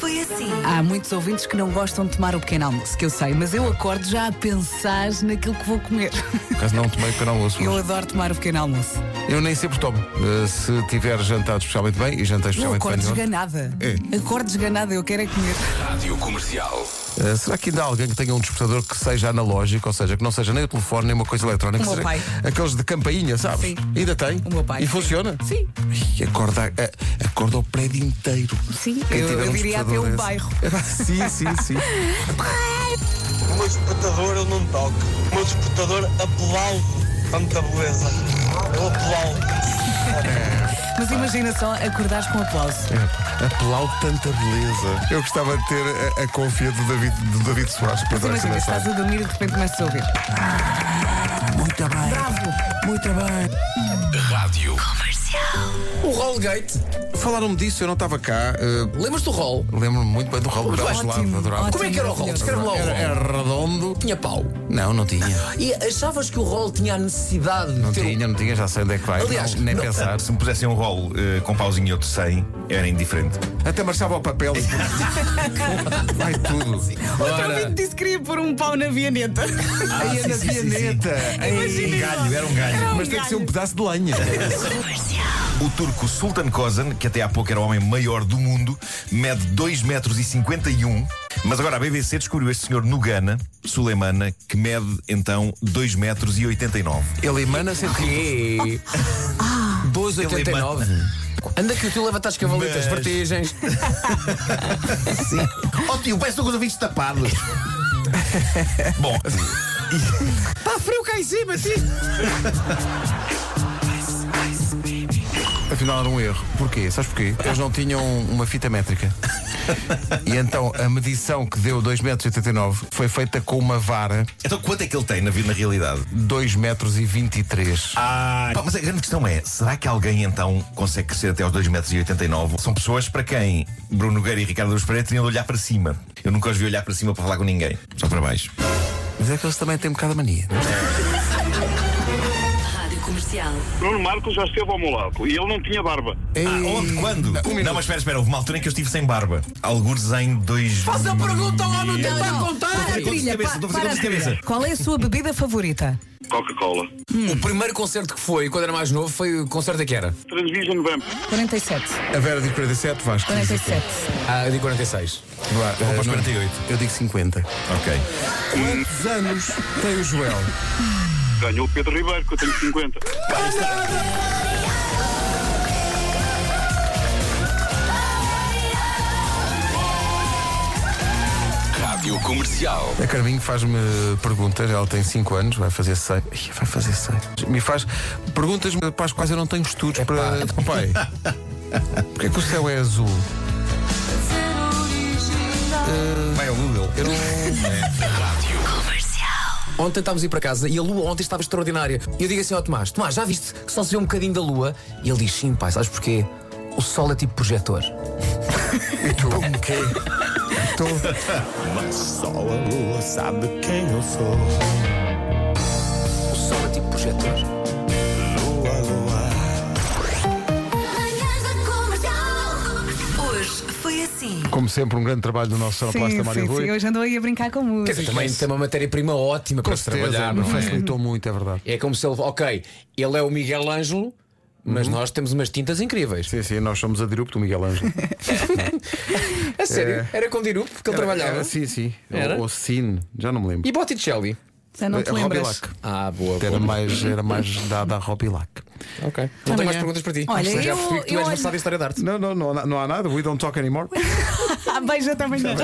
Sim. Há muitos ouvintes que não gostam de tomar o pequeno almoço, que eu sei, mas eu acordo já a pensar naquilo que vou comer. Por acaso não tomei pequeno almoço. Eu hoje. adoro tomar o pequeno almoço. Eu nem sempre tomo. Eh, se tiver jantado especialmente bem, e jantei Eu especialmente acordo bem. ontem. desganada. É. Acordo desganada, eu quero é comer. Rádio Comercial. Eh, será que ainda há alguém que tenha um despertador que seja analógico, ou seja, que não seja nem o telefone, nem uma coisa eletrónica? O meu seja pai. Aqueles de campainha, sabes? Sim. Ainda tem? O meu pai, E sim. funciona? Sim. E acorda, eh, acorda o prédio inteiro. Sim, Quem eu, tiver eu um diria até despertador o desse. bairro. sim, sim, sim. O meu despertador eu não toco. O meu despertador aplaude. Tanta beleza. Eu aplaudo. Mas imagina só acordares com aplauso. Aplaude tanta beleza. Eu gostava de ter a, a confia do David, do David Soares para Mas dar essa imagina, mensagem. estás a dormir e de repente começas a ouvir. Muito bem. Muito bem. Rádio. O Rollgate. Falaram-me disso, eu não estava cá. eh, Lembras do Roll? Lembro-me muito bem do Raul Muito Grau bem. gelado, adorava. Como é que era o Roll? Descreve lá o Era, Roll. era redondo. Tinha pau. Não, não tinha. E achavas que o Roll tinha a necessidade Não de ter. um- tinha, não tinha, já sei onde é que vai. Aliás, não, nem não- pensar. Se me pusessem um rolo eh, com pauzinho e outro sem, era indiferente. Até marchava ao papel. vai tudo. Outro ouvinte Então, disse que queria pôr um pau na vianeta. Ai, Ana Vianeta. Imagina. Um galho, Era era um um galho. Mas tem que ser um galho. pedaço de lenha. O turco Sultan Kozan, que até há pouco era o homem maior do mundo, mede 2 metros e 51. Mas agora a BBC descobriu este senhor no Ghana, Suleimana, que mede então 2 metros e 89. Ele emana sempre. Quê? 2,89. Anda que o teu leva as cavalitas, Mas- vertigens. Oh tio, parece com os ouvidos tapados. Bom, Está Tá frio cá em cima, sim. Afinal era um erro. Porquê? Sabes porquê? Eles não tinham uma fita métrica. E então a medição que deu 2,89 metros foi feita com uma vara então quanto é que ele tem na vida na realidade? 2,23 metros. Pá, mas a grande questão é: será que alguém então consegue crescer até aos 2,89m? São pessoas para quem Bruno Nogueira e Ricardo Luz Pereira tinham de olhar para cima. Eu nunca os vi olhar para cima para falar com ninguém, só para baixo. Mas é que eles também têm um bocado de mania. Rádio Comercial. Bruno Marcos já esteve ao meu lado e ele não tinha barba. Ah, onde? Quando? um Não, mas espera, espera, houve uma altura em que eu estive sem barba. Algures em dois. Faça a pergunta lá no tempo a contar. Estou a fazer Trilha, cabeça, pa- estou a fazer para contas de a cabeça. trilha. Qual é a sua bebida favorita? Coca-Cola. O primeiro concerto que foi, quando era mais novo, foi o concerto a que era? Transvision Vamp. 47. A Vera diz 47, Vasco. 47. Ah, eu digo 46. Vá, eu vou para os 48. Eu digo 50. Ok. Quantos anos tem o Joel? Ganhou o Pedro Ribeiro, que eu tenho 50. Rádio Comercial. A Carminho faz-me perguntas, ela tem 5 anos, vai fazer 6. Vai fazer 6. Me faz perguntas para as quais eu não tenho estudos para. Oh, pai, porquê que o céu é azul? Vai ao Google. Eu não. Ontem estávamos a ir para casa e a lua ontem estava extraordinária. E eu digo assim ao Tomás: Tomás, já viste que só se vê um bocadinho da lua? E ele diz: Sim, pai, sabes porquê? O sol é tipo projetor. E tu? quê? O sol é tipo projetor. Manhãs da Comercial. Hoje foi assim. Como sempre, um grande trabalho do nosso sonoplasta Mário Rui. Hoje andou aí a brincar com Quer música. dizer, também tem uma matéria-prima ótima Então, Com para se trabalhar, certeza, não me é? facilitou muito, é verdade. É como se ele, ok, ele é o Miguel Ângelo, mas nós temos umas tintas incríveis. Uhum. Sim, sim, nós somos a Dirup do Miguel Ângelo. A sério, era com Dirup que ele trabalhava. É. Era, sim, sim. Era? Ou, ou Cine, já não me lembro. E Botticelli? Já não te Robbie lembras. Lack. Ah, boa, boa. Era mais, era mais dada a Robilac. Ok. Não Amanhã. tenho mais perguntas para ti. Olha, já eu- percebi que tu eu és olho- versado em história de arte. Não, não, não, não há nada. We don't talk anymore. Ah, beijo até amanhã.